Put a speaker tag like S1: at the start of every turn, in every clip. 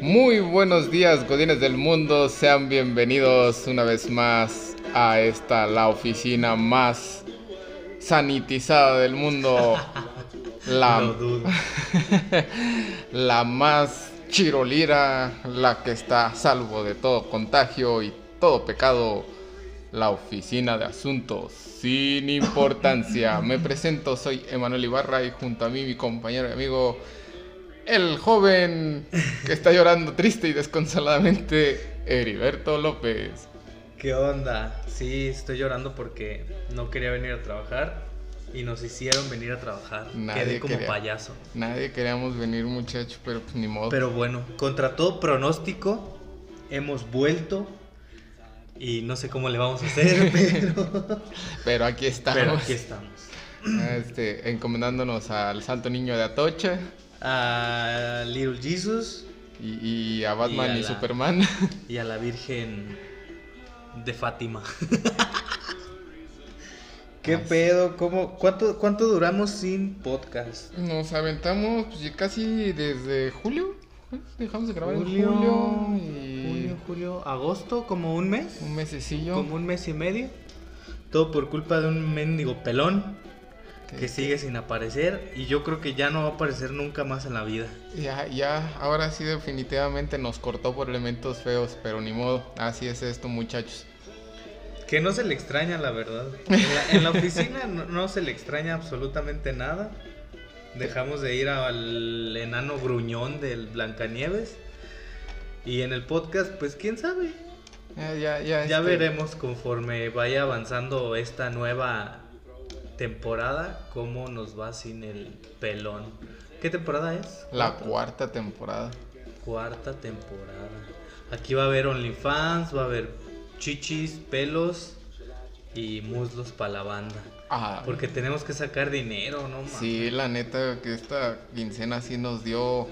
S1: Muy buenos días, godines del mundo. Sean bienvenidos una vez más a esta, la oficina más sanitizada del mundo. La,
S2: No dudo.
S1: la más chirolira, la que está a salvo de todo contagio y todo pecado, la oficina de asuntos sin importancia. Me presento, soy Emanuel Ibarra y junto a mí mi compañero y amigo, el joven que está llorando triste y desconsoladamente, Heriberto López.
S2: ¿Qué onda? Sí, estoy llorando porque no quería venir a trabajar y nos hicieron venir a trabajar.
S1: Nadie
S2: Quedé como
S1: quería.
S2: payaso.
S1: Nadie queríamos venir muchacho, pero pues ni modo.
S2: Pero bueno, contra todo pronóstico, hemos vuelto y no sé cómo le vamos a hacer, pero,
S1: Pero aquí estamos,
S2: pero aquí estamos.
S1: este, encomendándonos al Santo Niño de Atocha.
S2: A Little Jesus
S1: Y, y a Batman y,
S2: a la-
S1: Superman.
S2: y a la Virgen de Fátima. ¿Qué
S1: Así.
S2: pedo? ¿Cómo? ¿Cuánto, ¿Cuánto duramos sin podcast?
S1: Nos aventamos pues, ya casi desde julio. Dejamos de grabar
S2: Julio,
S1: en julio y
S2: junio, julio, agosto, como un mes,
S1: un mesecillo.
S2: como un mes y medio. Todo por culpa de un mendigo pelón
S1: que-
S2: que sigue sin aparecer y yo creo que ya no va a aparecer nunca más en la vida.
S1: Ya, ya, ahora sí definitivamente nos cortó por elementos feos, pero ni modo. Así es esto, muchachos.
S2: Que no se le extraña, la verdad. En la, en la oficina no, no se le extraña absolutamente nada. Dejamos de ir al enano gruñón del Blancanieves. Y en el podcast, pues quién sabe.
S1: Ya, ya, ya.
S2: Ya
S1: este,
S2: veremos conforme vaya avanzando esta nueva temporada cómo nos va sin el pelón. ¿Qué temporada es?
S1: La cuarta temporada.
S2: Cuarta temporada. Aquí va a haber OnlyFans, va a haber chichis, pelos y muslos para la banda.
S1: Ah,
S2: Porque tenemos que sacar dinero, ¿no? mames?
S1: sí, la neta que esta quincena sí nos dio.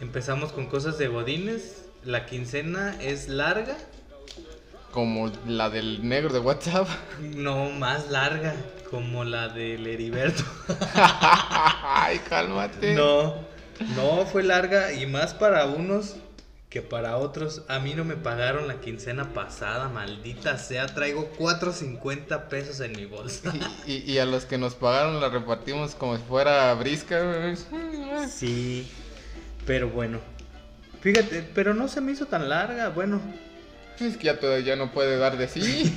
S2: Empezamos con cosas de godines. La quincena es larga.
S1: Como la del negro de WhatsApp.
S2: No, más larga. Como la del Heriberto.
S1: Ay, cálmate.
S2: No, no fue larga y más para unos que para otros. A mí no me pagaron la quincena pasada, maldita sea. Traigo 4.50 pesos en mi bolsa.
S1: Y, y- y a los que nos pagaron la repartimos como si fuera brisca. güey.
S2: Sí, pero bueno. Fíjate, pero no se me hizo tan larga. Bueno,
S1: Es que ya, te- ya no puede dar de sí.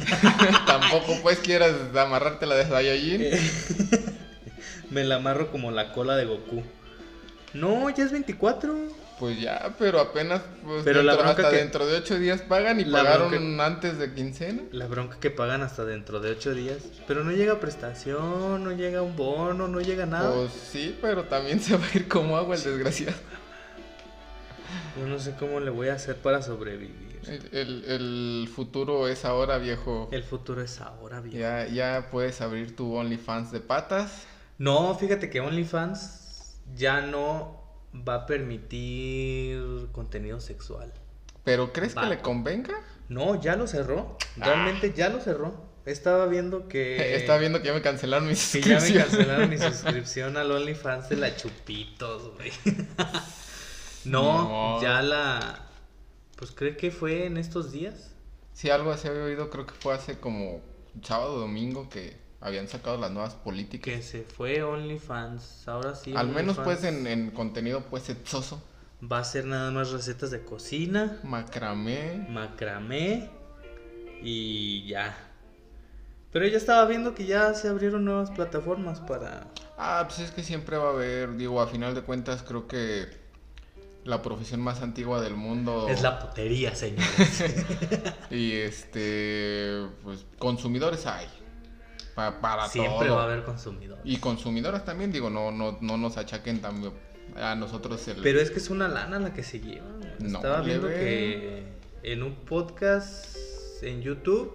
S1: Tampoco pues quieras amarrarte la de Saiyajin.
S2: me la amarro como la cola de Goku. No, ya es 24.
S1: Pues ya, pero apenas pues,
S2: Pero la
S1: dentro-
S2: bronca
S1: hasta
S2: que-
S1: dentro de ocho días pagan y
S2: La
S1: pagaron
S2: bronca-
S1: antes de quincena.
S2: La bronca que pagan hasta dentro de 8 días. Pero no llega prestación, no llega un bono, no llega nada.
S1: Pues sí, pero también se va a ir como agua el desgraciado.
S2: Yo no sé cómo le voy a hacer para sobrevivir.
S1: El, el- el futuro es ahora, viejo.
S2: El futuro es ahora, viejo.
S1: Ya, ya puedes abrir tu OnlyFans de patas.
S2: No, fíjate que OnlyFans ya no va a permitir contenido sexual.
S1: ¿Pero crees que
S2: Va.
S1: le convenga?
S2: No, ya lo cerró. Realmente ya lo cerró. Estaba viendo que.
S1: Está viendo que ya me cancelaron mis
S2: Eh, Que ya me
S1: suscripción.
S2: cancelaron mi suscripción al OnlyFans de la Chupitos, güey. no,
S1: No.
S2: ya la. Pues creo que fue en estos días.
S1: Sí, algo así había oído, creo que fue hace como sábado domingo que habían sacado las nuevas políticas.
S2: Que se fue OnlyFans. Ahora sí.
S1: Al menos
S2: OnlyFans
S1: pues en, en contenido pues sexoso,
S2: Va a ser nada más recetas de cocina.
S1: macramé.
S2: macramé y ya. Pero yo estaba viendo que ya se abrieron nuevas plataformas para...
S1: Ah, pues es que siempre va a haber, digo, a final de cuentas creo que la profesión más antigua del mundo
S2: Es la putería, señores.
S1: y este pues consumidores hay pa- para
S2: Siempre
S1: todo.
S2: va a haber consumidores.
S1: Y consumidoras también, digo, no no no nos achaquen también a nosotros el
S2: Pero es que es una lana la que se lleva. güey.
S1: No,
S2: estaba
S1: le
S2: viendo
S1: veo.
S2: que en un podcast en YouTube,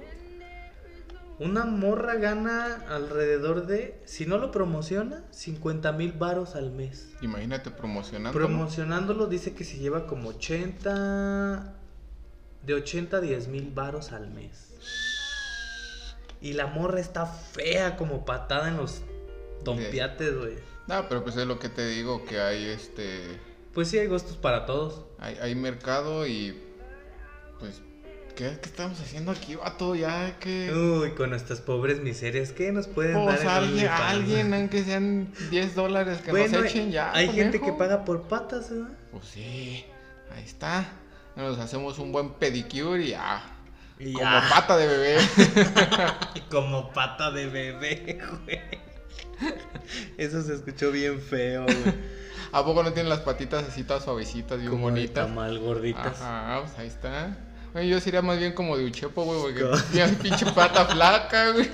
S2: una morra gana alrededor de, si no lo promociona, 50 mil varos al mes.
S1: imagínate promocionando. ¿no?
S2: Promocionándolo dice que se lleva como 80. De 80 a 10 mil varos al mes. Y la morra está fea como patada en los tompiates, güey.
S1: No, pero pues es lo que te digo, que hay este
S2: Pues sí, hay gustos para todos.
S1: Hay, hay mercado y. Pues. ¿qué, qué estamos haciendo aquí, vato? Ya que.
S2: Uy, con nuestras pobres miserias, ¿qué nos pueden
S1: Pues
S2: dar? en
S1: alguien,
S2: OnlyFans?
S1: alguien, aunque sean 10 dólares que
S2: Bueno,
S1: nos echen ya.
S2: hay gente que
S1: conejo.
S2: paga por patas, ¿eh? ¿verdad?
S1: Pues sí, ahí está. Nos hacemos un buen pedicure y ya.
S2: Y
S1: Como
S2: ya,
S1: pata de bebé.
S2: como pata de bebé, güey. Eso se escuchó bien feo, güey.
S1: ¿A poco no tienen las patitas así todas suavecitas, bien
S2: Como de
S1: bonitas?
S2: tamal gorditas.
S1: Ajá, pues ahí está. Oye, yo sería más bien como de Uchepo, güey, porque
S2: Como-
S1: tiene pinche pata flaca, güey.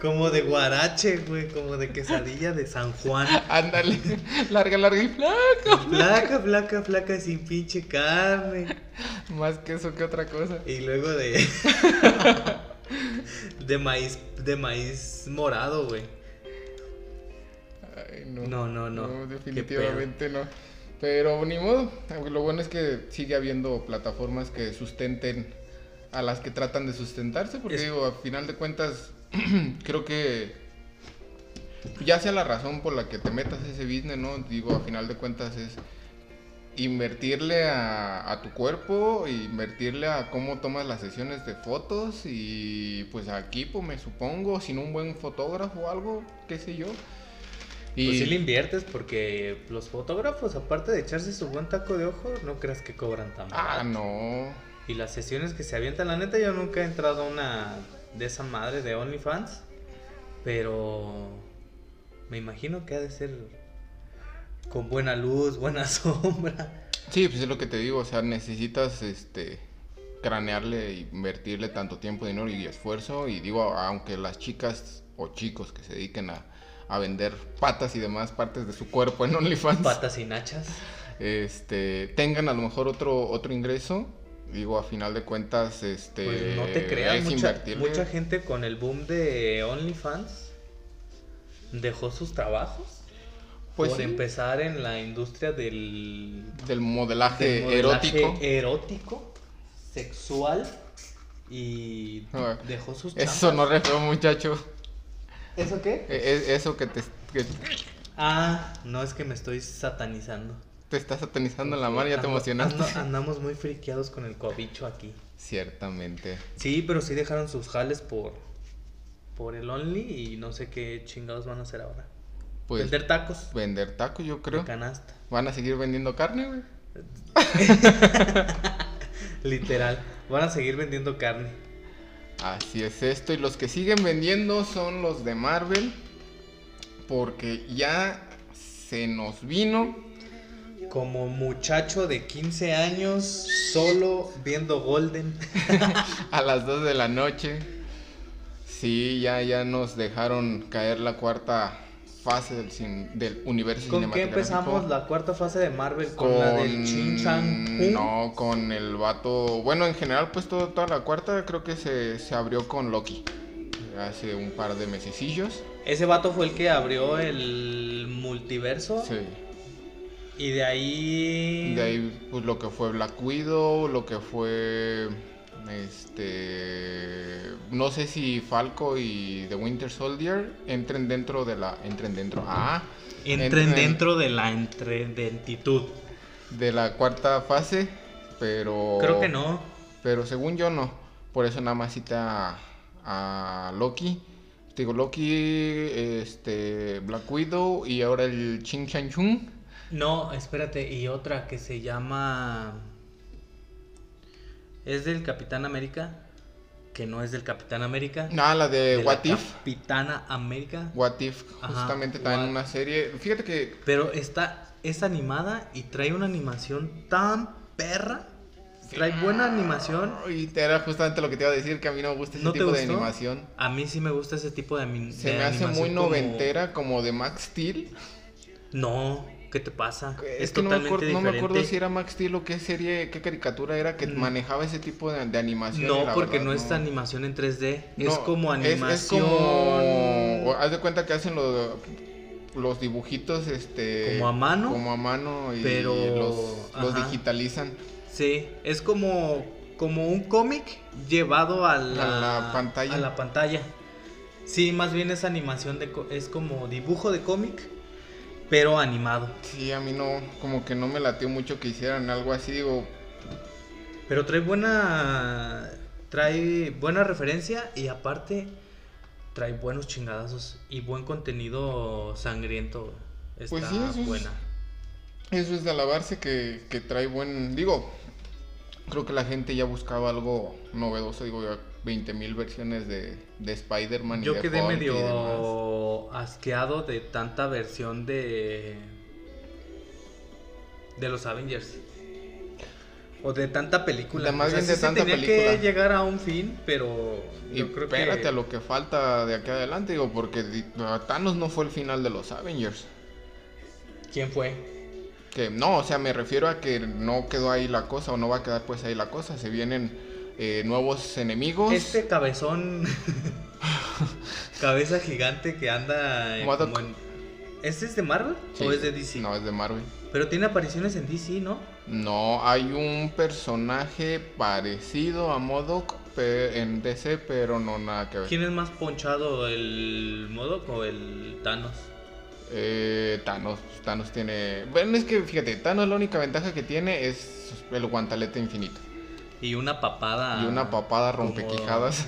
S2: Como de guarache, güey. Como de quesadilla de San Juan.
S1: Ándale, larga, larga y flaca.
S2: Flaca, flaca, flaca, sin pinche carne.
S1: Más que eso que otra cosa.
S2: Y luego de. de maíz. De maíz morado, güey.
S1: Ay, no.
S2: No, no, no. Qué
S1: definitivamente no. Pero ni modo. Lo bueno es que sigue habiendo plataformas que sustenten a las que tratan de sustentarse, porque
S2: Es-
S1: digo, a final de cuentas, creo que ya sea la razón por la que te metas a ese business, ¿no? Digo, a final de cuentas es invertirle a, a tu cuerpo, invertirle a cómo tomas las sesiones de fotos y pues a equipo, me supongo, sin un buen fotógrafo o algo, qué sé yo. Y
S2: Pues sí le inviertes porque los fotógrafos, aparte de echarse su buen taco de ojo, no creas que cobran tan
S1: Ah,
S2: barato.
S1: no.
S2: Y las sesiones que se avientan, la neta, yo nunca he entrado a una de esa madre de OnlyFans. Pero me imagino que ha de ser con buena luz, buena sombra.
S1: Sí, pues es lo que te digo, o sea, necesitas este cranearle e invertirle tanto tiempo, dinero y esfuerzo y digo, aunque las chicas o chicos que se dediquen a, a vender patas y demás partes de su cuerpo en OnlyFans,
S2: Patas y nachas.
S1: este, tengan a lo mejor otro otro ingreso, digo, a final de cuentas, este,
S2: Pues no te creas,
S1: es
S2: mucha,
S1: invertirle.
S2: mucha gente con el boom de OnlyFans dejó sus trabajos
S1: Pues
S2: por
S1: sí,
S2: empezar en la industria del,
S1: del modelaje,
S2: del modelaje
S1: erótico.
S2: erótico, sexual y
S1: Ah,
S2: dejó sus
S1: Eso no
S2: chambas.
S1: refeo, muchacho.
S2: ¿Eso qué?
S1: E- e- Eso que te, que
S2: Ah, no es que me estoy satanizando.
S1: te estás satanizando en la mano, ya te
S2: Ando-
S1: emocionaste.
S2: ando- andamos muy friqueados con el cobicho aquí.
S1: Ciertamente.
S2: Sí, pero sí dejaron sus jales por por el Only y no sé qué chingados van a hacer ahora.
S1: Pues vender,
S2: Vender tacos
S1: tacos, yo
S2: de
S1: creo.
S2: canasta.
S1: Van a seguir vendiendo carne, güey.
S2: Literal, van a seguir vendiendo carne.
S1: Así es esto. Y los que siguen vendiendo son los de Marvel. Porque ya se nos vino.
S2: Como muchacho de 15 años solo viendo Golden.
S1: a las 2 de la noche. Sí, ya, ya nos dejaron caer la cuarta fase del, cin- del universo
S2: ¿Con qué empezamos
S1: cinematográfico.
S2: la cuarta fase de Marvel? Con, la del Chin Chang Kung.
S1: No, con el vato. Bueno, en general, pues todo- toda la cuarta creo que se, se abrió con Loki. Hace un par de mesecillos.
S2: Ese vato fue el que abrió el multiverso.
S1: Sí.
S2: Y de ahí.
S1: De ahí, pues lo que fue Black Widow, lo que fue. Este. No sé si Falco y The Winter Soldier entren dentro de la. Entren dentro. Ah.
S2: Entren dentro de la entredentitud.
S1: De la cuarta fase, pero.
S2: Creo que no.
S1: Pero según yo no. Por eso nada más cita a, a Loki. Te Digo, Loki, este, Black Widow y ahora el Ching Chan Chung.
S2: No, espérate, y otra que se llama. Es del Capitán América. Que no es del Capitán América.
S1: Nada, Ah, la de,
S2: de la
S1: eh, What If.
S2: Capitana América.
S1: What If,
S2: Ajá,
S1: justamente también
S2: What-
S1: una serie. Fíjate que
S2: Pero está. Es animada y trae una animación tan perra. Trae buena animación.
S1: Y te era justamente lo que te iba a decir, que a mí no me gusta ese
S2: ¿No te
S1: tipo de
S2: gustó?
S1: animación.
S2: A mí sí me gusta ese tipo de, ami-
S1: Se
S2: de
S1: me hace
S2: animación
S1: muy
S2: como-
S1: noventera, como de Max Steel.
S2: No, ¿qué te pasa?
S1: Es,
S2: Es,
S1: que no me,
S2: totalmente
S1: acuerdo, no me
S2: diferente.
S1: acuerdo si era Max Steel o qué serie, qué caricatura era que
S2: Mm.
S1: manejaba ese tipo de, de animación. y
S2: No,
S1: la
S2: porque
S1: verdad
S2: no es animación en 3D. es
S1: No,
S2: como
S1: es-
S2: animación.
S1: Es, como. o Haz de cuenta que hacen los, los dibujitos, este.
S2: ¿Como a mano?
S1: Como a mano y
S2: Pero,
S1: los, los
S2: ajá.
S1: digitalizan
S2: Sí, es como, como un cómic llevado a la,
S1: A la pantalla.
S2: a la pantalla. Sí, más bien es animación de co- es como dibujo de cómic, pero animado.
S1: Sí, a mí no, como que no me latió mucho que hicieran algo así, digo,
S2: Pero trae buena. Trae buena referencia y aparte trae buenos chingadazos y buen contenido sangriento. Está
S1: Pues sí, eso es-
S2: buena.
S1: Eso es de alabarse que, que trae buen. Digo, creo que la gente ya buscaba algo novedoso. Digo, ya 20.000 versiones de, de Spider-Man. y
S2: Yo
S1: de
S2: quedé
S1: Hulk y demás.
S2: medio asqueado de tanta versión de. de los Avengers. O de tanta película.
S1: De más
S2: O sea,
S1: bien
S2: sí
S1: de
S2: se
S1: tanta
S2: tenía que
S1: película.
S2: llegar a un fin, pero.
S1: Y
S2: yo creo
S1: espérate
S2: que...
S1: a lo que falta de aquí adelante. Digo, porque di- Thanos no fue el final de los Avengers.
S2: ¿Quién fue?
S1: Que no, o sea, me refiero a que no quedó ahí la cosa o no va a quedar pues ahí la cosa. Se vienen eh, nuevos enemigos.
S2: Este cabezón. cabeza gigante que anda. en-
S1: Modoc.
S2: como en- ¿Este es de Marvel?
S1: Sí.
S2: ¿O es de DC?
S1: No, es de Marvel.
S2: Pero tiene apariciones en DC, ¿no?
S1: No, hay un personaje parecido a Modoc pe- en DC, pero no nada que ver.
S2: ¿Quién es más ponchado, el Modoc o el Thanos?
S1: Eh, Thanos, Thanos tiene... Bueno, es que fíjate, Thanos la única ventaja que tiene es el guantalete infinito.
S2: Y una papada.
S1: y una papada
S2: como-
S1: rompequijadas.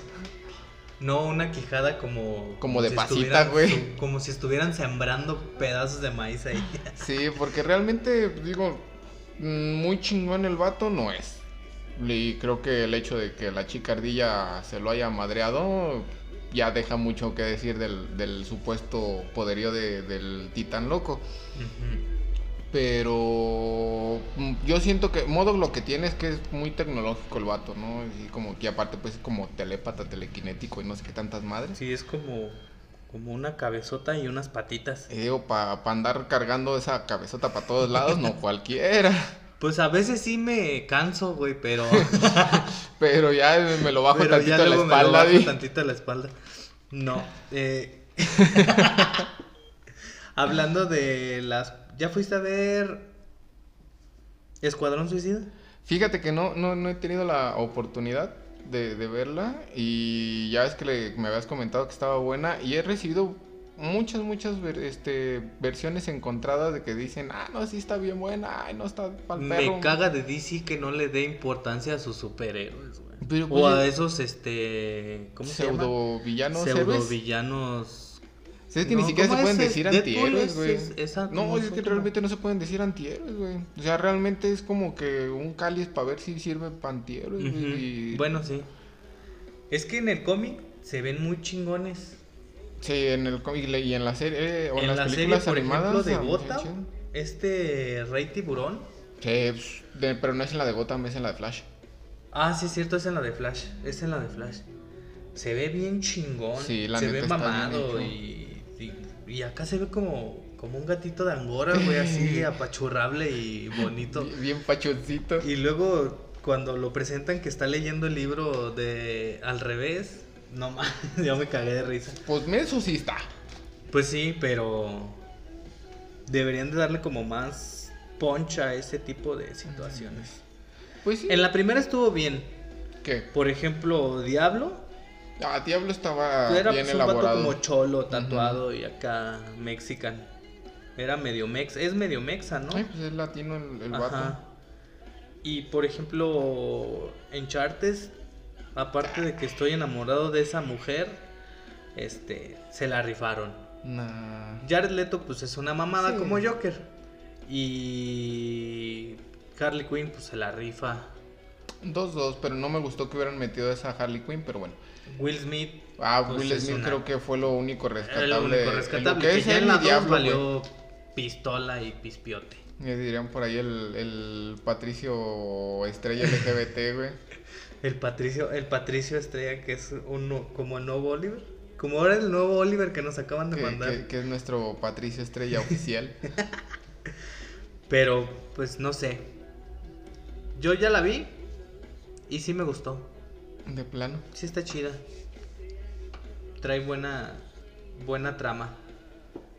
S2: No, una quijada como.
S1: Como de pasita,
S2: estuvieran-
S1: güey.
S2: Como si estuvieran sembrando pedazos de maíz ahí.
S1: Sí, porque realmente, digo, mm, muy chingón el vato no es. Y creo que el hecho de que la chica ardilla se lo haya madreado ya deja mucho que decir del, del supuesto poderío de- del titán loco.
S2: Ujú.
S1: Pero mm, yo siento que Modoc lo que tiene es que es muy tecnológico el vato, ¿no? Y como que aparte pues es como telépata, telequinético y no sé qué tantas madres.
S2: Sí, es como. Como una cabezota y unas patitas.
S1: Y digo, para andar cargando esa cabezota para todos lados, no cualquiera.
S2: Pues a veces sí me canso, güey, pero.
S1: Pero ya me lo bajo
S2: pero
S1: tantito a la
S2: luego me lo
S1: espalda,
S2: bajo
S1: di.
S2: tantito a la espalda. No. eh, Hablando de las. ¿Ya fuiste a ver. Escuadrón Suicida?
S1: Fíjate que no, no, no he tenido la oportunidad de, de verla y ya es que le- me habías comentado que estaba buena y he recibido muchas, muchas ver- este, versiones encontradas de que dicen, ah, no, sí está bien buena, ay, no está pa'l perro.
S2: Me caga de DC que no le dé importancia a sus superhéroes, güey.
S1: Pero,
S2: O
S1: pues,
S2: a esos, este. ¿Cómo
S1: Pseudovillanos,
S2: se llama?
S1: héroes.
S2: Pseudovillanos.
S1: Sí, es que
S2: No,
S1: ni siquiera se
S2: ¿cómo
S1: pueden
S2: es?
S1: decir
S2: Deadpool
S1: antihéroes,
S2: es-
S1: güey.
S2: es- esa-
S1: no,
S2: no
S1: es
S2: sé
S1: que
S2: cómo.
S1: realmente no se pueden decir antihéroes, güey. O sea, realmente es como que un cáliz para ver si sirve para antihéroes, güey,
S2: Ujú.
S1: y-
S2: Bueno, sí. Es que en el cómic se ven muy chingones.
S1: Sí, en el cómic y en la serie eh, o en,
S2: en
S1: las
S2: la serie,
S1: películas
S2: por ejemplo,
S1: animadas.
S2: de
S1: ah,
S2: Gotham,
S1: sí, sí.
S2: este Rey Tiburón.
S1: Sí, pues, de- pero no es en la de Gotham, es en la de Flash.
S2: Ah, sí, es cierto, es en la de Flash. Es en la de Flash. Se ve bien chingón.
S1: Sí, la
S2: se
S1: neta
S2: ve
S1: está bien
S2: mamado
S1: hecho.
S2: y, y- y acá se ve como, como un gatito de Angora, güey, así apachurrable y bonito.
S1: Bien, bien pachoncito.
S2: Y luego, cuando lo presentan que está leyendo el libro de al revés, no más, yo me cagué de risa.
S1: Pues eso sí está.
S2: Pues sí, pero deberían de darle como más poncha a ese tipo de situaciones.
S1: Pues sí.
S2: En la primera estuvo bien.
S1: ¿Qué?
S2: Por ejemplo, Diablo.
S1: Ah, Diablo estaba
S2: era
S1: bien
S2: pues, un vato
S1: elaborado.
S2: como cholo, tatuado y acá mexican. Era medio mex, es medio mexa, ¿no?
S1: Ay, pues es latino el, el
S2: Ajá.
S1: vato.
S2: Y por ejemplo, en Chartes, aparte de que estoy enamorado de esa mujer, este, se la rifaron.
S1: Nah.
S2: Jared Leto pues es una mamada
S1: Sí.
S2: como Joker. Y Harley Quinn pues se la rifa.
S1: Dos, dos, pero no me gustó que hubieran metido esa Harley Quinn, pero bueno.
S2: Will Smith
S1: Ah,
S2: Pues
S1: Will
S2: es
S1: Smith
S2: una-
S1: creo que fue lo único rescatable.
S2: era lo único
S1: en lo
S2: rescatable.
S1: que
S2: Que
S1: es
S2: ya
S1: él
S2: en
S1: y
S2: la dos
S1: Diablo, güey.
S2: valió pistola y pispiote.
S1: Me dirían por ahí el, el Patricio Estrella LGBT, güey.
S2: El Patricio, el Patricio Estrella que es uno como el nuevo Oliver. Como ahora el nuevo Oliver que nos acaban de
S1: que,
S2: mandar.
S1: que- que es nuestro Patricio Estrella oficial.
S2: Pero pues no sé. Yo ya la vi y sí me gustó.
S1: De plano.
S2: Sí está chida. Trae buena buena trama.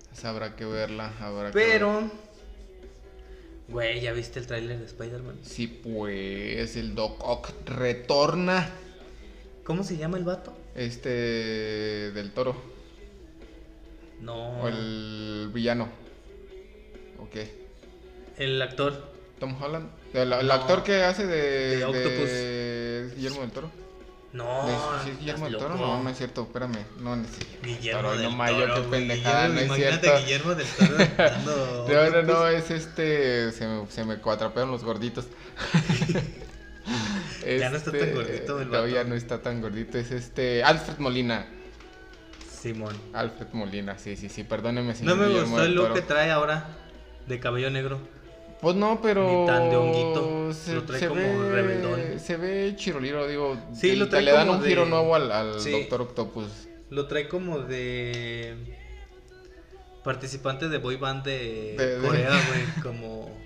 S1: Esa pues Habrá que verla, habrá que verla.
S2: Pero. Güey, ¿ya viste el tráiler de Spider-Man?
S1: Sí, pues el Doc Ock retorna.
S2: ¿Cómo se llama el vato?
S1: Este. Del toro.
S2: No.
S1: O el villano. ¿O qué?
S2: El actor.
S1: Tom Holland. El, el
S2: No.
S1: actor que hace de,
S2: De
S1: Octopus. Guillermo del Toro.
S2: No.
S1: De- ¿sí es Guillermo
S2: Ah, estás
S1: del Toro?
S2: loco.
S1: No, no es cierto, espérame. No, no es Guillermo
S2: Guillermo
S1: Toro,
S2: del
S1: no ma, yo
S2: Toro.
S1: qué
S2: güey.
S1: pendejada, no es
S2: Imagínate
S1: cierto.
S2: a Guillermo del Toro dando
S1: No, no,
S2: Octopus.
S1: no, es este. Se me, se me atraparon los gorditos.
S2: Ya no está tan
S1: Este,
S2: gordito el
S1: Todavía
S2: vato.
S1: no está tan gordito. Es este. Alfred Molina.
S2: Simón.
S1: Alfred Molina, sí, sí, sí. Perdóneme,
S2: No
S1: señor.
S2: me
S1: Guillermo
S2: gustó
S1: del
S2: el look
S1: Toro.
S2: que trae ahora de cabello negro.
S1: Pues no, pero.
S2: Ni tan de honguito. Lo trae como
S1: ve,
S2: rebeldón.
S1: Se ve chiroliro, digo.
S2: Sí,
S1: te-
S2: lo
S1: te
S2: trae
S1: le dan
S2: como
S1: un
S2: de-
S1: giro nuevo al, al
S2: Sí.
S1: Doctor Octopus.
S2: Lo trae como de participante de boy band de,
S1: De- de-
S2: Corea, güey, como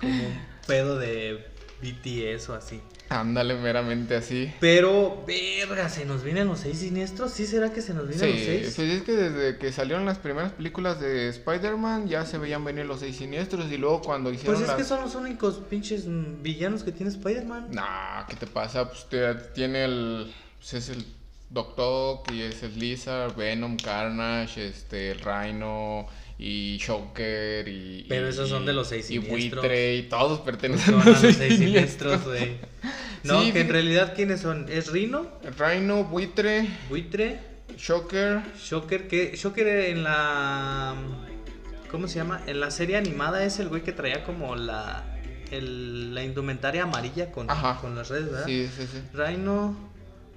S2: como un pedo de BTS o así.
S1: Ándale, meramente así.
S2: Pero verga, se nos vienen los seis siniestros, ¿sí será que se nos vienen los
S1: Sí,
S2: seis?
S1: pues es que desde que salieron las primeras películas de Spider-Man ya se veían venir los seis siniestros y luego cuando hicieron
S2: Pues es
S1: las...
S2: que son los únicos pinches mm, villanos que tiene Spider-Man.
S1: Nah, ¿qué te pasa? Pues te- tiene el... Pues es el Doctor y es el Lizard, Venom, Carnage, este, el Rhino y Shocker y...
S2: Pero esos
S1: y-
S2: son de los seis
S1: Y
S2: siniestros.
S1: Buitre y todos pertenecen
S2: Son
S1: a
S2: a los seis siniestros, güey. No,
S1: Sí,
S2: que en
S1: fíjate.
S2: realidad ¿quiénes son? ¿Es Rhino?
S1: Rhino, Buitre,
S2: ¿Buitre?
S1: Shocker...
S2: Shocker, que Shocker en la ¿cómo se llama? En la serie animada es el güey que traía como la el- la indumentaria amarilla con,
S1: Ajá.
S2: con las redes, ¿verdad?
S1: Sí, sí, sí.
S2: Rhino,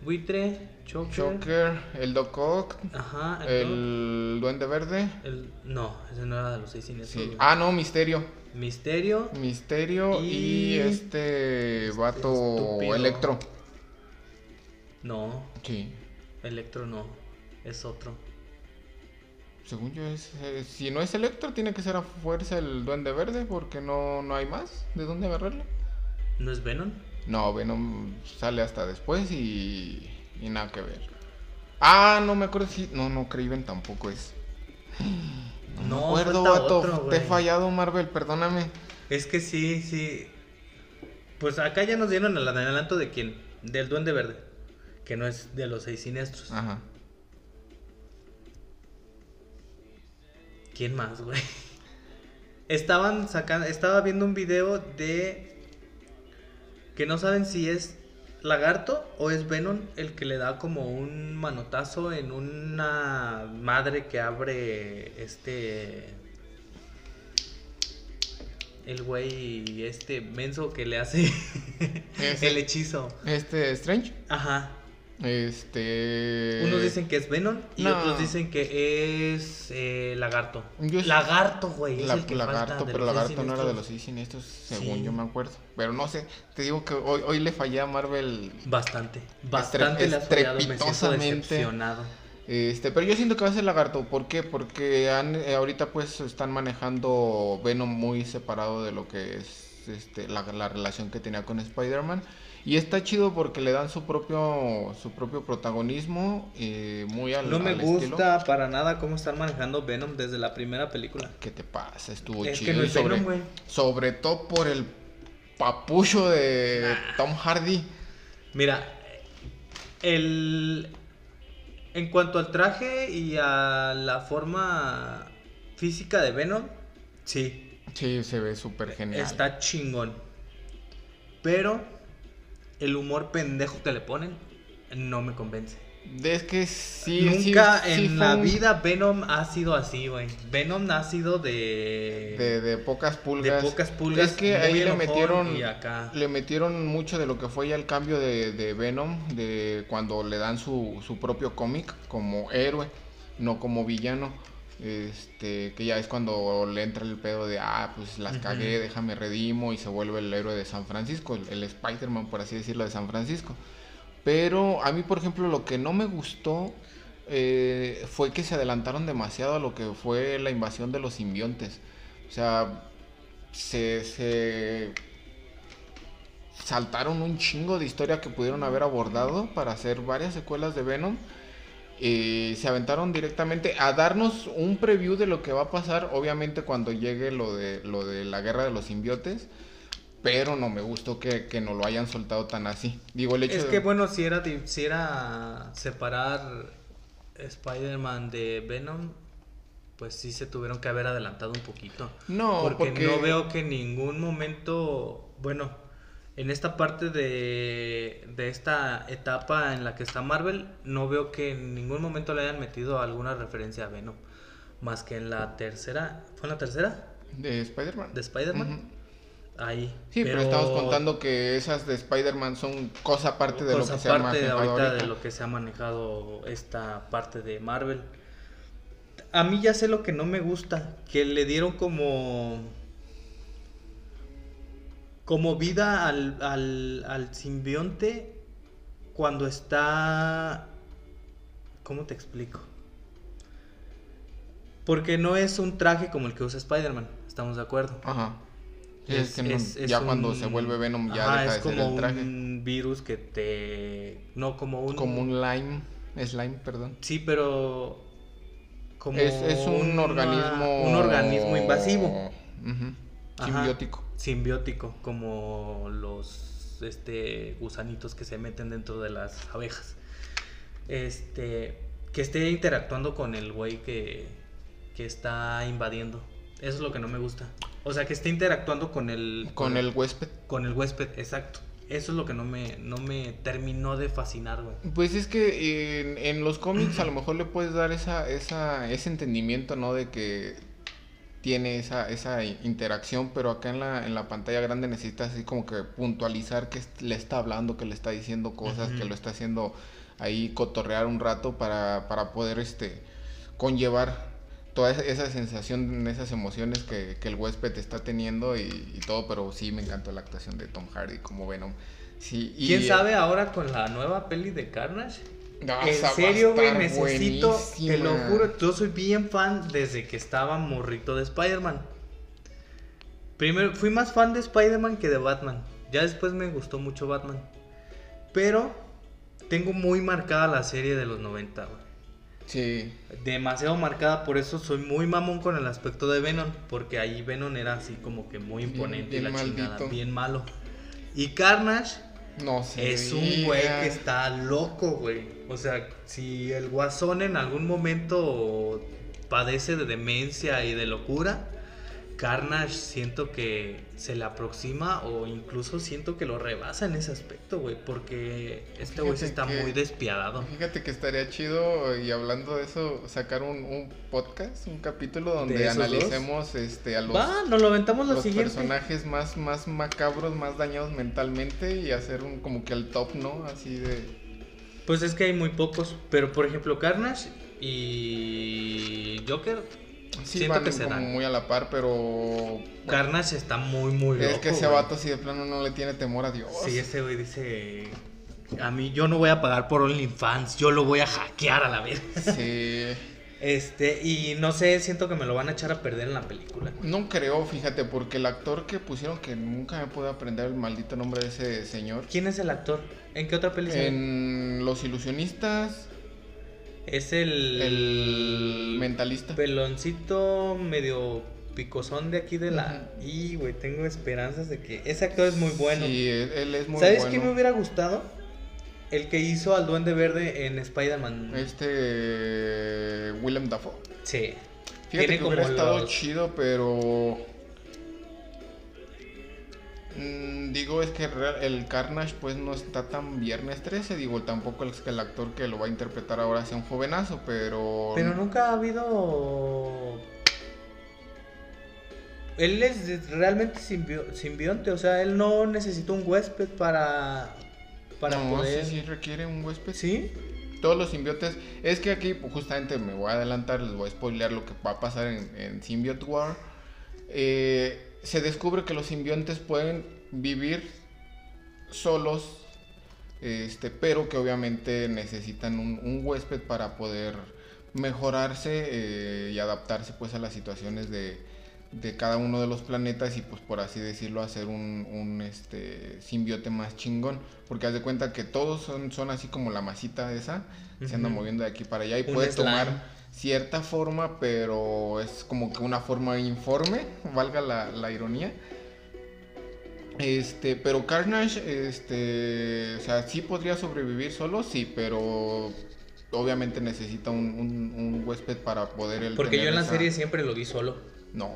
S2: buitre, Shocker.
S1: Shocker, el Doc Ock,
S2: Ajá, Ah, el...
S1: el Duende Verde...
S2: el- no, ese no era de los seis siniestros.
S1: Sí.
S2: güey.
S1: Ah, no, Misterio.
S2: Misterio,
S1: Misterio y,
S2: Y-
S1: este vato
S2: estúpido.
S1: Electro.
S2: no,
S1: Sí.
S2: Electro no, es otro.
S1: Según yo es eh, si no es Electro tiene que ser a fuerza el Duende Verde porque no no hay más de dónde agarrarlo.
S2: ¿No es Venom?
S1: No, Venom sale hasta después y y nada que ver. Ah, no me acuerdo si no no Craven tampoco es.
S2: No,
S1: me acuerdo,
S2: falta
S1: vato.
S2: otro,
S1: Te he
S2: güey.
S1: fallado, Marvel, perdóname.
S2: Es que sí, sí. Pues acá ya nos dieron el adelanto de quién, del Duende Verde, que no es de los seis siniestros.
S1: Ajá.
S2: ¿Quién más, güey? Estaban sacando, estaba viendo un video de que no saben si es Lagarto o es Venom el que le da como un manotazo en una madre que abre este el güey este menso que le hace
S1: Ese.
S2: el hechizo.
S1: Este Strange,
S2: Ajá.
S1: este
S2: Unos dicen que es Venom y
S1: no.
S2: otros dicen que es eh, Lagarto.
S1: Yo sí-
S2: Lagarto, güey. es
S1: La-
S2: el que
S1: lagarto,
S2: falta de
S1: pero
S2: los
S1: lagarto
S2: seis
S1: no era de los
S2: siniestros.
S1: seis siniestros, según
S2: Sí.
S1: yo me acuerdo. Pero no sé, te digo que hoy, hoy le fallé a Marvel.
S2: Bastante. Bastante le has fallado, me siento
S1: estrepitosamente.
S2: decepcionado.
S1: Este, pero yo siento que va a ser lagarto. ¿Por qué? Porque han- eh, ahorita pues están manejando Venom muy separado de lo que es este, la, la relación que tenía con Spider-Man. Y está chido porque le dan su propio, su propio protagonismo, eh, muy al,
S2: No me
S1: al estilo.
S2: gusta para nada cómo están manejando Venom desde la primera película.
S1: ¿Qué te pasa? Estuvo
S2: Es que
S1: chido.
S2: no
S1: y
S2: es
S1: sobre,
S2: Venom, güey.
S1: sobre todo por el papucho de Tom Hardy.
S2: Mira, el. En cuanto al traje y a la forma física de Venom, sí,
S1: Sí, se ve súper genial.
S2: Está chingón. Pero el humor pendejo que le ponen no me convence.
S1: Es que sí.
S2: Nunca
S1: sí- sí
S2: en
S1: fue
S2: la
S1: un-
S2: vida Venom ha sido así, güey. Venom ha sido de...
S1: De, de pocas
S2: de
S1: pulgas.
S2: pocas pulgas.
S1: Es que
S2: muy
S1: ahí le
S2: enojón
S1: metieron.
S2: Y acá.
S1: Le metieron mucho de lo que fue ya el cambio de, de Venom, de cuando le dan su, su propio cómic como héroe, no como villano. Este, que ya es cuando le entra el pedo de, ah, pues las
S2: Ujú.
S1: cagué, déjame redimo y se vuelve el héroe de San Francisco, el, el Spider-Man, por así decirlo, de San Francisco. Pero a mí, por ejemplo, lo que no me gustó eh, fue que se adelantaron demasiado a lo que fue la invasión de los simbiontes. O sea, se, se saltaron un chingo de historia que pudieron haber abordado para hacer varias secuelas de Venom. Eh, se aventaron directamente a darnos un preview de lo que va a pasar, obviamente cuando llegue lo de, lo de la guerra de los simbiotes. Pero no me gustó que, que no lo hayan soltado tan así. Digo, el hecho
S2: Es
S1: de-
S2: que bueno, si era, di- si era separar Spider-Man de Venom, pues sí se tuvieron que haber adelantado un poquito.
S1: No,
S2: porque,
S1: porque-
S2: no veo que en ningún momento, bueno, en esta parte de, de esta etapa en la que está Marvel, no veo que en ningún momento le hayan metido alguna referencia a Venom. Más que en la tercera, ¿fue en la tercera?
S1: De Spider-Man.
S2: ¿De Spider-Man?
S1: Ujú.
S2: Ahí.
S1: Sí, pero... estamos contando que esas de Spider-Man son cosa aparte de lo
S2: cosa
S1: que se ha
S2: Pues aparte
S1: manejado
S2: ahorita
S1: ahorita.
S2: de lo que se ha manejado esta parte de Marvel. A mí ya sé lo que no me gusta, que le dieron como como vida al, al, al simbionte cuando está ¿Cómo te explico? Porque no es un traje como el que usa Spider-Man, estamos de acuerdo.
S1: Ajá. Sí, es, que no- ya
S2: es
S1: cuando
S2: un-
S1: se vuelve Venom ya
S2: Ajá,
S1: deja
S2: es
S1: de ser
S2: como
S1: el traje.
S2: un virus que te... No, como un...
S1: Como un lime, slime, perdón.
S2: Sí, pero... Como
S1: es, es un
S2: una-
S1: organismo...
S2: Un organismo invasivo.
S1: Ujú.
S2: Ajá.
S1: Simbiótico.
S2: Simbiótico, como los este, gusanitos que se meten dentro de las abejas. Este... Que esté interactuando con el güey que, que está invadiendo. Eso es lo que no me gusta. O sea, que esté interactuando con el...
S1: Con el huésped.
S2: Con el huésped, exacto. Eso es lo que no me, no me terminó de fascinar, güey.
S1: Pues es que en, en los cómics a lo mejor le puedes dar esa, esa, ese entendimiento, ¿no? De que tiene esa, esa i- interacción, pero acá en la, en la pantalla grande necesitas así como que puntualizar que est- le está hablando, que le está diciendo cosas, que
S2: Ujú.
S1: lo está haciendo ahí cotorrear un rato para, para poder este conllevar toda esa, esa sensación, esas emociones que, que el huésped está teniendo y, y todo, pero sí me encantó la actuación de Tom Hardy como Venom. Sí, y,
S2: ¿Quién
S1: eh,
S2: sabe ahora con la nueva peli de Carnage?
S1: Ah,
S2: en
S1: esa va a
S2: serio, güey,
S1: estar
S2: necesito, te lo
S1: buenísima.
S2: juro, yo soy bien fan desde que estaba morrito de Spider-Man. Primero, fui más fan de Spider-Man que de Batman. Ya después me gustó mucho Batman. Pero tengo muy marcada la serie de los 90, güey.
S1: Sí,
S2: demasiado marcada, por eso soy muy mamón con el aspecto de Venom, porque ahí Venom era así como que muy
S1: Bien-
S2: imponente
S1: bien
S2: y la chingada,
S1: maldito.
S2: bien malo. Y Carnage
S1: no sé.
S2: es un güey que está loco, güey. O sea, si el Guasón en algún momento padece de demencia y de locura, Carnage siento que se le aproxima o incluso siento que lo rebasa en ese aspecto, güey, porque este güey
S1: Fíjate
S2: sí está
S1: que-
S2: muy despiadado.
S1: Fíjate que estaría chido, y hablando de eso, sacar un, un podcast, un capítulo donde
S2: esos dos?
S1: analicemos este, a los,
S2: Va, nos lo aventamos la
S1: los
S2: siguiente.
S1: personajes más, más macabros, más dañados mentalmente y hacer un como que el top, ¿no? Así de...
S2: Pues es que hay muy pocos, pero por ejemplo Carnage y Joker,
S1: Sí,
S2: Siento
S1: van
S2: que se
S1: como
S2: dan.
S1: muy a la par, pero... bueno,
S2: Carnage está muy muy
S1: es
S2: loco,
S1: que ese
S2: güey.
S1: vato si de plano no le tiene temor a Dios.
S2: Sí, ese güey dice, a mí yo no voy a pagar por OnlyFans, yo lo voy a hackear a la vez.
S1: Sí.
S2: Este, y no sé, siento que me lo van a echar a perder en la película.
S1: No creo, fíjate, porque el actor que pusieron, que nunca me pude aprender el maldito nombre de ese señor,
S2: ¿Quién es el actor? ¿En qué otra película?
S1: en Los Ilusionistas,
S2: Es el
S1: el mentalista.
S2: peloncito medio picosón de aquí de la y güey, tengo esperanzas de que ese actor es muy bueno.
S1: Sí, él, él es muy
S2: ¿Sabes
S1: bueno.
S2: qué me hubiera gustado? El que hizo al Duende Verde en Spider-Man.
S1: Este. Willem Dafoe.
S2: Sí.
S1: Fíjate
S2: Tiene
S1: que hubiera
S2: como
S1: estado
S2: los-
S1: chido, pero. Mm, Digo, es que re- el Carnage pues no está tan viernes 13, digo, tampoco es que el actor que lo va a interpretar ahora sea un jovenazo, pero...
S2: Pero nunca ha habido. Él es de- realmente simbio- simbionte, o sea, él no necesita un huésped para. Para
S1: no,
S2: poder.
S1: sí, sí requiere un huésped.
S2: ¿Sí?
S1: Todos los simbiotes. Es que aquí, pues, justamente me voy a adelantar, les voy a spoilear lo que va a pasar en, en Symbiote War. Eh, se descubre que los simbiontes pueden vivir solos, este, pero que obviamente necesitan un, un huésped para poder mejorarse eh, y adaptarse pues a las situaciones de, de cada uno de los planetas y pues por así decirlo hacer un, un, este, simbiote más chingón porque haz de cuenta que todos son, son así como la masita esa se anda
S2: Ujú.
S1: moviendo de aquí para allá y
S2: Un
S1: puede
S2: slime.
S1: tomar cierta forma pero es como que una forma informe valga la, la ironía este, pero Carnage, este, o sea, sí podría sobrevivir solo, sí, pero obviamente necesita un, un- un huésped para poder él
S2: Porque
S1: tener
S2: yo en la
S1: esa-
S2: serie siempre lo vi solo.
S1: No.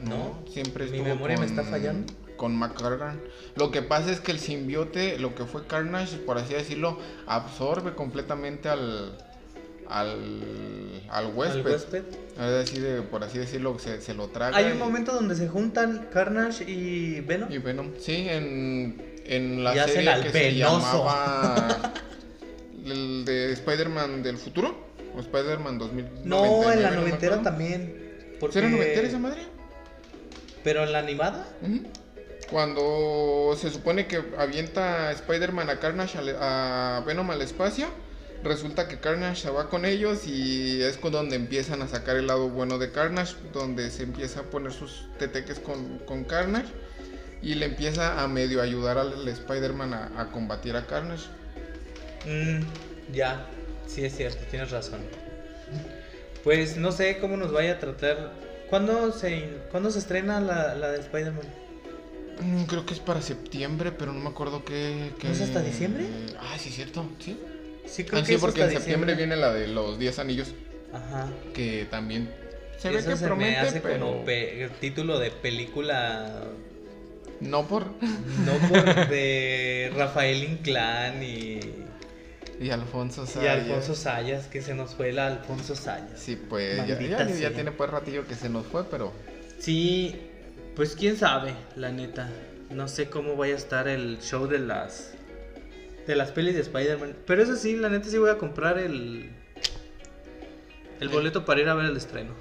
S2: ¿No?
S1: siempre
S2: Mi
S1: estuvo
S2: memoria me está fallando.
S1: Con Mac Gargan. Lo que pasa es que el simbiote, lo que fue Carnage, por así decirlo, absorbe completamente al al al huésped. Ah,
S2: Al huésped.
S1: Es decir, de- por así decirlo, se, se lo traga.
S2: Hay
S1: y-
S2: un momento donde se juntan Carnage y Venom.
S1: Y Venom. Sí, en, en la
S2: Y hacen
S1: serie
S2: al
S1: que se
S2: venoso.
S1: llamaba el de Spider-Man del futuro o Spider-Man 2000.
S2: No, en
S1: 99, no
S2: la
S1: me
S2: noventera
S1: acuerdo.
S2: también. Porque...
S1: ¿Era noventera esa madre?
S2: Pero en la animada.
S1: Ujú. Cuando se supone que avienta Spider-Man a Carnage, al- a Venom al espacio, resulta que Carnage se va con ellos y es con donde empiezan a sacar el lado bueno de Carnage, donde se empieza a poner sus teteques con, con Carnage y le empieza a medio ayudar al al Spider-Man a, a combatir a Carnage.
S2: Mm, ya, sí es cierto, tienes razón. Pues no sé cómo nos vaya a tratar. ¿Cuándo se, ¿cuándo se estrena la, la de Spider-Man?
S1: Mm, Creo que es para septiembre, pero no me acuerdo qué... qué-
S2: ¿No es hasta diciembre?
S1: Ah, sí, cierto, sí.
S2: Sí, creo
S1: Ah,
S2: que
S1: sí,
S2: es
S1: porque en
S2: hasta
S1: septiembre viene
S2: diciembre.
S1: la de los 10 anillos.
S2: Ajá.
S1: que también se ve
S2: Eso
S1: que
S2: se me
S1: promete,
S2: hace
S1: pero
S2: como pe- título de película.
S1: no por
S2: No por de Rafael Inclán y,
S1: y Alfonso
S2: y
S1: Sayas.
S2: Alfonso Sayas, que se nos fue la Alfonso Sayas.
S1: Sí, pues ya,
S2: Maldita
S1: ya- ya
S2: sea.
S1: tiene pues ratillo que se nos fue, pero
S2: Sí, pues quién sabe, la neta. No sé cómo vaya a estar el show de las de las pelis de Spider-Man, pero eso sí, la neta sí voy a comprar el el boleto para ir a ver el estreno.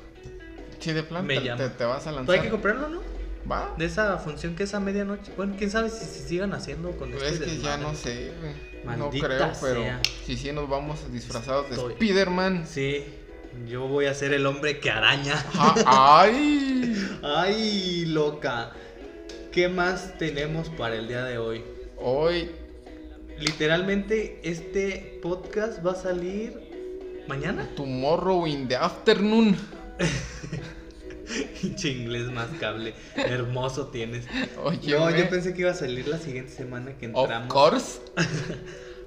S1: sí de plan
S2: Me
S1: te,
S2: llama.
S1: te- te vas a
S2: Pues hay que
S1: lanzar.
S2: comprarlo, ¿no?
S1: Va.
S2: De esa función que es a medianoche. Bueno, quién sabe si se sigan haciendo con
S1: Pues
S2: este
S1: Es que ya
S2: desmadre.
S1: no sé, güey. no
S2: Maldita
S1: creo, pero
S2: sea.
S1: si sí nos vamos disfrazados de
S2: Estoy-
S1: Spider-Man.
S2: Sí, yo voy a ser el hombre que araña.
S1: Ah, ¡Ay!
S2: Ay, loca. ¿Qué más tenemos para el día de hoy?
S1: Hoy
S2: Literalmente este podcast va a salir mañana.
S1: tomorrow in the afternoon.
S2: Pinche inglés más cable. Hermoso tienes.
S1: Oye,
S2: No, yo
S1: güey,
S2: pensé que iba a salir la siguiente semana que
S1: of
S2: entramos
S1: course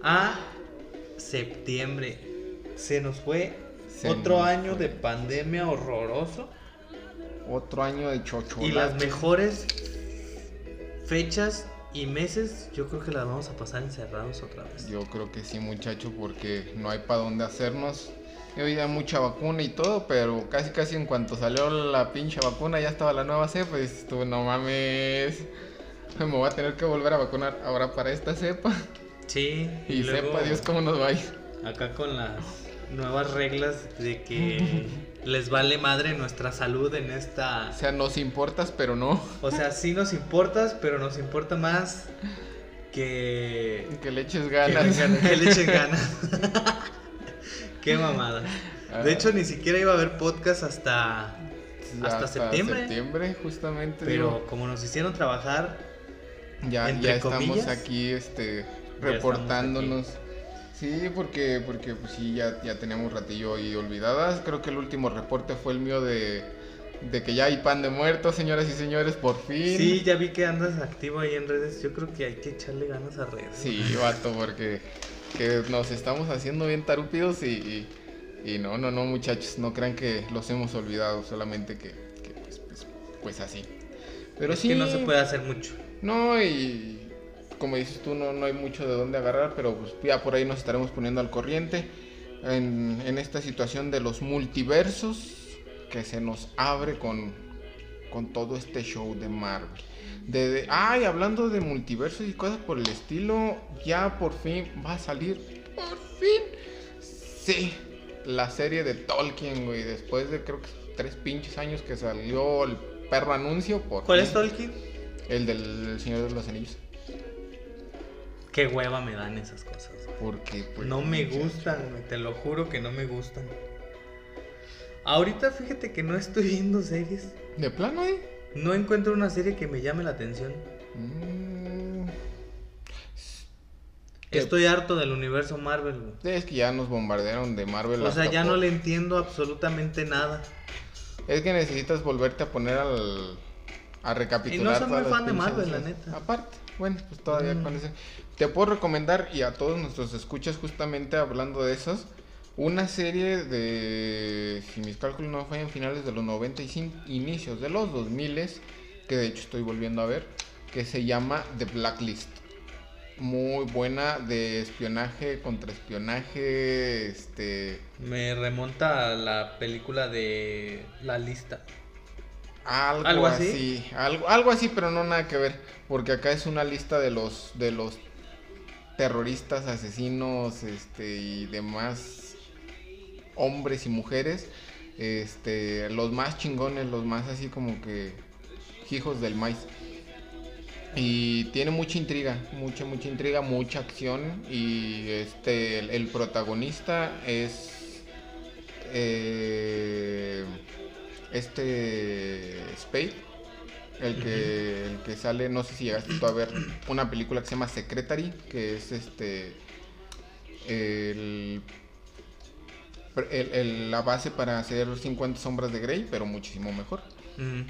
S2: a septiembre. Se nos fue
S1: Se
S2: otro
S1: nos
S2: año
S1: fue.
S2: de pandemia horroroso
S1: otro año de chochola.
S2: y las mejores fechas y meses yo creo que las vamos a pasar encerrados otra vez.
S1: Yo creo que sí, muchacho, porque no hay para dónde hacernos. Yo ya mucha vacuna y todo, pero casi casi en cuanto salió la pinche vacuna ya estaba la nueva cepa. Dices tú, no mames, me voy a tener que volver a vacunar ahora para esta cepa.
S2: Sí.
S1: Y,
S2: luego-
S1: sepa Dios cómo nos va a ir.
S2: acá con las nuevas reglas de que les vale madre nuestra salud en esta...
S1: O sea, nos importas, pero no.
S2: O sea, sí nos importas, pero nos importa más que...
S1: Que le eches
S2: Que,
S1: ganas.
S2: que le echen ganas. Qué mamada.
S1: Ah.
S2: De hecho, ni siquiera iba a haber podcast hasta... hasta septiembre.
S1: septiembre, justamente.
S2: Pero como nos hicieron trabajar,
S1: digo, ya,
S2: entre
S1: ya estamos
S2: comillas,
S1: aquí este,
S2: estamos
S1: reportándonos. Sí, porque, porque pues sí, ya, ya teníamos ratillo y olvidadas. Creo que el último reporte fue el mío de, de que ya hay pan de muertos, señoras y señores, por fin.
S2: sí, ya vi que andas activo ahí en redes. Yo creo que hay que echarle ganas a redes.
S1: Sí, vato, porque que nos estamos haciendo bien tarúpidos y, y, y no, no, no, muchachos, no crean que los hemos olvidado, solamente que, que, pues, pues, pues así. Pero
S2: es
S1: sí,
S2: que no se puede hacer mucho.
S1: no, y como dices tú, no, no hay mucho de dónde agarrar, pero pues ya por ahí nos estaremos poniendo al corriente en, en esta situación de los multiversos que se nos abre con, con todo este show de Marvel. De, de- ay, hablando de multiversos y cosas por el estilo, ya por fin va a salir, por fin, sí, la serie de Tolkien, güey, después de creo que tres pinches años que salió el perro anuncio. Por
S2: ¿Cuál
S1: fin.
S2: es Tolkien?
S1: El del Señor de los Anillos.
S2: Qué hueva me dan esas cosas.
S1: Porque pues,
S2: No me
S1: muchacho,
S2: gustan, güey, te lo juro que no me gustan. Ahorita fíjate que no estoy viendo series.
S1: ¿De plano, eh?
S2: No encuentro una serie que me llame la atención.
S1: Mm, ¿Qué?
S2: Estoy harto del universo Marvel. güey.
S1: Es que ya nos bombardearon de Marvel.
S2: O sea,
S1: hasta
S2: ya
S1: por-
S2: no le entiendo absolutamente nada.
S1: Es que necesitas volverte a poner al. A recapitular.
S2: soy muy
S1: todas las
S2: fan de
S1: pinches
S2: Marvel, la
S1: escenas.
S2: neta.
S1: Aparte, bueno, pues todavía
S2: Mm.
S1: con ese. Te puedo recomendar y a todos nuestros escuchas, justamente hablando de esos, Una serie de, si mis cálculos no fallan, finales de los 95, inicios de los 2000, que de hecho estoy volviendo a ver, que se llama The Blacklist. Muy buena de espionaje, contraespionaje, este...
S2: Me remonta a la película de La Lista.
S1: Algo,
S2: ¿Algo
S1: así,
S2: así?
S1: algo, algo así, pero no nada que ver, porque acá es una lista de los de los terroristas, asesinos, este y demás hombres y mujeres, este los más chingones, los más así como que hijos del maíz. Y tiene mucha intriga, mucha mucha intriga, mucha acción y este el, el protagonista es eh, este Spade, el que, el que sale, no sé si llegaste tú a ver una película que se llama Secretary, que es este el, el- el- la base para hacer 50 sombras de Grey, pero muchísimo mejor.
S2: Mm.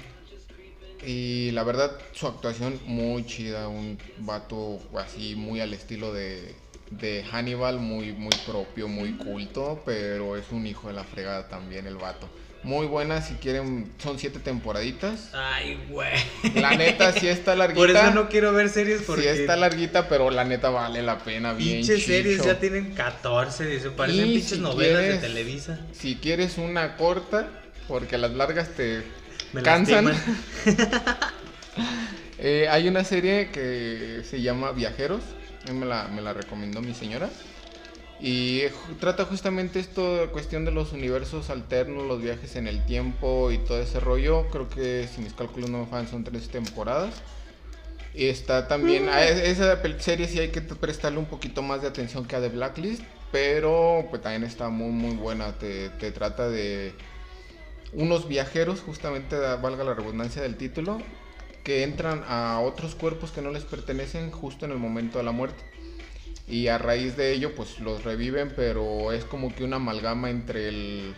S1: Y la verdad, su actuación muy chida, un vato así muy al estilo de, de Hannibal, muy, muy propio, muy culto, pero es un hijo de la fregada también el vato. Muy buena, si quieren, son siete temporaditas.
S2: Ay, güey.
S1: La neta sí está larguita.
S2: Por eso no quiero ver series porque
S1: Sí está larguita, pero la neta vale la pena bien.
S2: pinches series
S1: chicho.
S2: ya tienen 14, dice, parecen
S1: Y
S2: pinches
S1: si
S2: novelas
S1: quieres-
S2: de Televisa.
S1: Si quieres una corta, porque las largas te
S2: Me
S1: cansan.
S2: lastiman.
S1: Eh, hay una serie que se llama Viajeros, eh, me la, me la recomendó mi señora. Y eh, ju- trata justamente esto, cuestión de los universos alternos, los viajes en el tiempo y todo ese rollo. Creo que si mis cálculos no me fallan son tres temporadas. Y está
S2: Mm.
S1: también, a es- esa pel- serie sí hay que t- prestarle un poquito más de atención que a The Blacklist, pero pues también está muy muy buena. Te, te trata de unos viajeros, justamente da- valga la redundancia del título, que entran a otros cuerpos que no les pertenecen justo en el momento de la muerte. Y a raíz de ello, pues los reviven, pero es como que una amalgama entre el,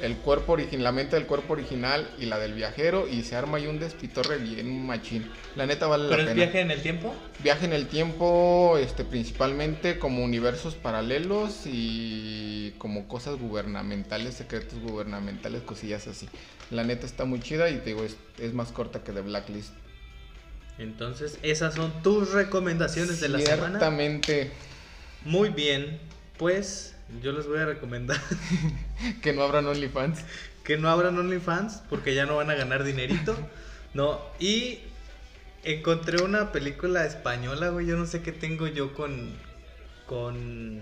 S1: el cuerpo original, la mente del cuerpo original y la del viajero, y se arma ahí un despitorre bien machín. La neta vale la
S2: ¿Pero
S1: pena.
S2: es viaje en el tiempo?
S1: Viaje en el tiempo, este, principalmente como universos paralelos y como cosas gubernamentales, secretos gubernamentales, cosillas así. La neta está muy chida y te digo, es, es más corta que de Blacklist.
S2: Entonces, esas son tus recomendaciones de la semana.
S1: Ciertamente
S2: Muy bien, pues yo les voy a recomendar
S1: que no abran OnlyFans.
S2: que no abran OnlyFans porque ya no van a ganar dinerito. No, y encontré una película española, güey. Yo no sé qué tengo yo con. con.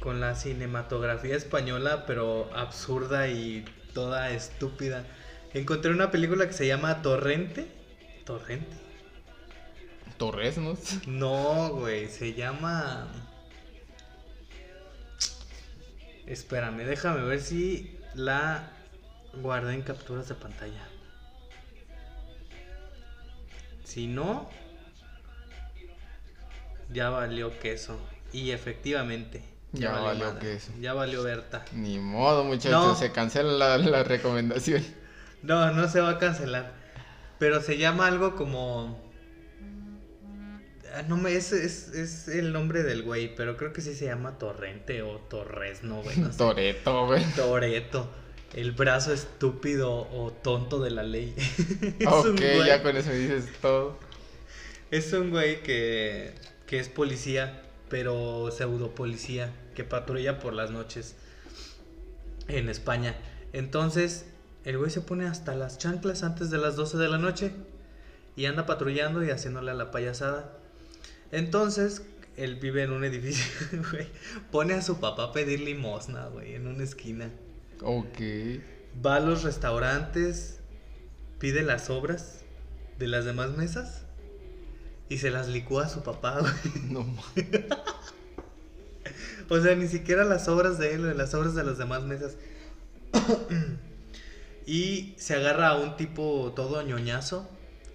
S2: con la cinematografía española, pero absurda y toda estúpida. Encontré una película que se llama Torrente. ¿Torrente?
S1: Torres, ¿no?
S2: No, güey, se llama. Espérame, déjame ver si la guardé en capturas de pantalla. Si no, ya valió queso. Y efectivamente,
S1: Ya
S2: ya, valió,
S1: valió
S2: madre,
S1: queso.
S2: Ya valió Berta.
S1: Ni modo, muchachos,
S2: No.
S1: se cancela la, la recomendación.
S2: No, no se va a cancelar. Pero se llama algo como. Ah, No me, es, es, es el nombre del güey, pero creo que sí se llama Torrente o Torres, no, güey. no sé.
S1: Toreto, güey.
S2: Toreto. El brazo estúpido o tonto de la ley. Es un
S1: Ok,
S2: güey-
S1: ya con eso me dices todo.
S2: es un güey que, que es policía, pero pseudo policía, que patrulla por las noches en España. Entonces, el güey se pone hasta las chanclas antes de las 12 de la noche y anda patrullando y haciéndole a la payasada. Entonces, él vive en un edificio, güey. Pone a su papá a pedir limosna, güey, en una esquina.
S1: Ok.
S2: Va a los restaurantes, pide las obras de las demás mesas y se las licúa a su papá, güey.
S1: No mames.
S2: O sea, ni siquiera las obras de él o de las obras de las demás mesas. y se agarra a un tipo todo ñoñazo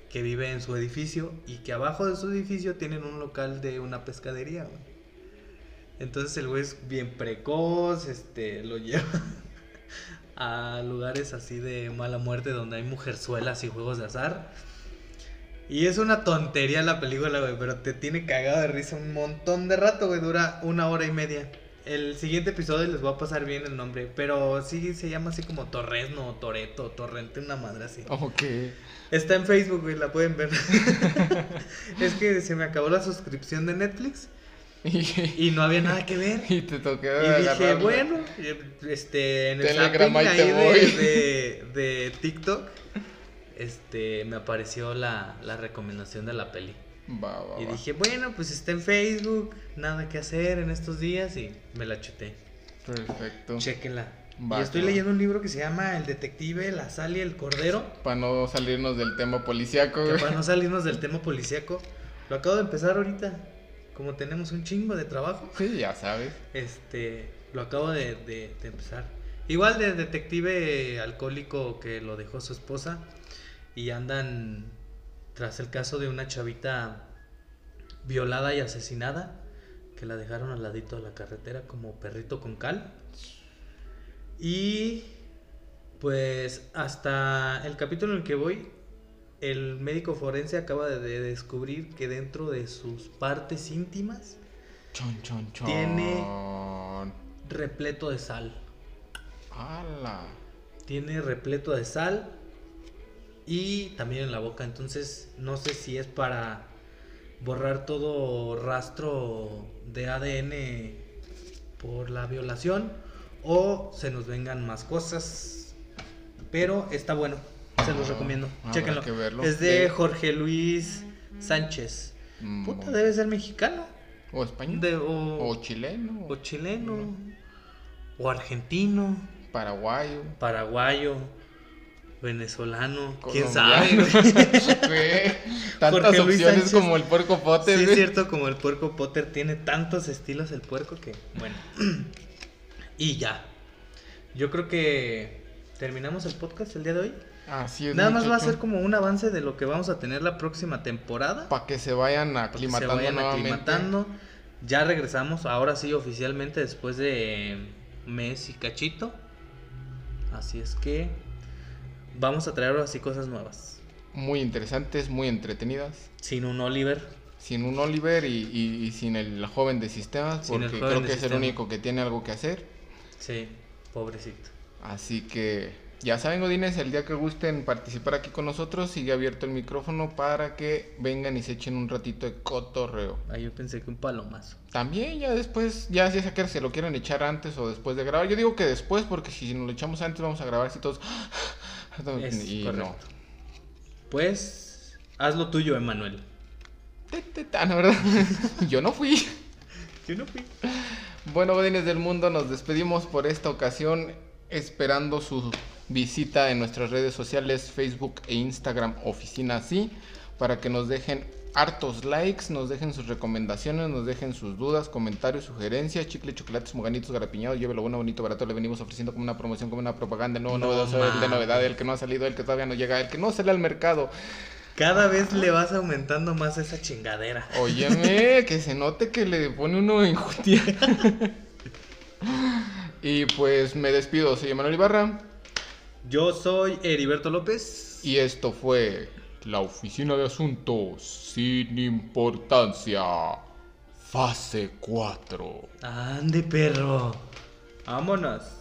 S2: que vive en su edificio y que abajo de su edificio tienen un local de una pescadería, güey. Entonces el güey es bien precoz, este, lo lleva a lugares así de mala muerte donde hay mujerzuelas y juegos de azar. Y es una tontería la película, güey, pero te tiene cagado de risa un montón de rato, güey, dura una hora y media. El siguiente episodio les voy a pasar bien el nombre, pero sí se llama así como Torresno, Toreto, Torrente, una madre así.
S1: Ok.
S2: Está en Facebook, güey, la pueden ver. es que se me acabó la suscripción de Netflix
S1: Y,
S2: y no había nada que ver.
S1: y te toqué
S2: Y dije,
S1: agarrar-
S2: bueno, este, en el
S1: Telegram,
S2: zapping
S1: ahí te
S2: ahí
S1: voy.
S2: de, de, de TikTok, este, me apareció la, la recomendación de la peli.
S1: Va, Oh, va,
S2: Y
S1: va.
S2: dije, bueno, pues está en Facebook, nada que hacer en estos días y me la chuté.
S1: Perfecto.
S2: Chéquenla.
S1: Va,
S2: y estoy
S1: va.
S2: leyendo un libro que se llama El detective, la sal y el cordero,
S1: Para no salirnos del tema policíaco,
S2: que
S1: güey.
S2: para no salirnos del tema policíaco, lo acabo de empezar ahorita, como tenemos un chingo de trabajo.
S1: Sí, ya sabes.
S2: Este, lo acabo de, de- de empezar. Igual de detective alcohólico que lo dejó su esposa y andan tras el caso de una chavita violada y asesinada que la dejaron al ladito de la carretera como perrito con cal. Y pues hasta el capítulo en el que voy, el médico forense acaba de- de descubrir que dentro de sus partes íntimas
S1: Chon, chon, chon.
S2: Tiene- repleto de sal.
S1: ¡Hala!
S2: Tiene repleto de sal y también en la boca. Entonces no sé si es para borrar todo rastro de ADN por la violación o se nos vengan más cosas. Pero está bueno, se los
S1: Ah,
S2: recomiendo.
S1: habrá
S2: Chéquenlo.
S1: que verlo.
S2: Es de
S1: Eh.
S2: Jorge Luis Sánchez.
S1: Mm,
S2: Puta, debe ser mexicano.
S1: ¿O español?
S2: de- o,
S1: ¿O chileno?
S2: o chileno. O argentino.
S1: paraguayo?
S2: paraguayo, venezolano, quién
S1: colombiano?
S2: sabe. güey?
S1: Güey, Tantas
S2: Jorge Luis
S1: opciones
S2: Sánchez.
S1: como el puerco pote.
S2: Sí, es
S1: güey.
S2: cierto, como el puerco Potter tiene tantos estilos el puerco que, bueno. y ya. Yo creo que terminamos el podcast el día de hoy.
S1: Así es.
S2: Nada más va a ser como un avance de lo que vamos a tener la próxima temporada.
S1: Para que se vayan
S2: para que
S1: aclimatando
S2: se vayan
S1: nuevamente.
S2: aclimatando. Ya regresamos, ahora sí, oficialmente, después de mes y cachito. Así es que vamos a traer ahora sí cosas nuevas.
S1: Muy interesantes, muy entretenidas.
S2: Sin un Oliver.
S1: Sin un Oliver y, y- y sin el joven de sistemas,
S2: Sin el
S1: porque creo
S2: joven
S1: que
S2: de
S1: es el
S2: sistema.
S1: único que tiene algo que hacer.
S2: Sí, pobrecito.
S1: Así que ya saben, Godines, el día que gusten participar aquí con nosotros, sigue abierto el micrófono para que vengan y se echen un ratito de cotorreo.
S2: Ah, yo pensé que un palomazo.
S1: También ya después, ya si es a que se lo quieren echar antes o después de grabar. Yo digo que después, porque si nos lo echamos antes vamos a grabar así todos.
S2: Es
S1: y no.
S2: correcto. Pues, haz lo tuyo, Emanuel.
S1: Te, te, ta, no, ¿verdad? Yo no fui.
S2: Yo no fui.
S1: Bueno, Godines del Mundo, nos despedimos por esta ocasión, esperando su visita en nuestras redes sociales, Facebook e Instagram, Oficina Así, para que nos dejen hartos likes, nos dejen sus recomendaciones, nos dejen sus dudas, comentarios, sugerencias, chicle, chocolates, muganitos, garapiñados, llévelo bueno, bonito, barato, le venimos ofreciendo como una promoción, como una propaganda, el nuevo,
S2: No
S1: novedoso, el de
S2: mames.
S1: novedad, el que no ha salido, el que todavía no llega, el que no sale al mercado.
S2: Cada vez le vas aumentando más esa chingadera.
S1: Óyeme, que se note que le pone uno en justicia. y pues me despido, soy Emanuel Ibarra.
S2: Yo soy Heriberto López.
S1: Y esto fue la Oficina de Asuntos Sin Importancia, fase 4.
S2: Ande, perro. Vámonos.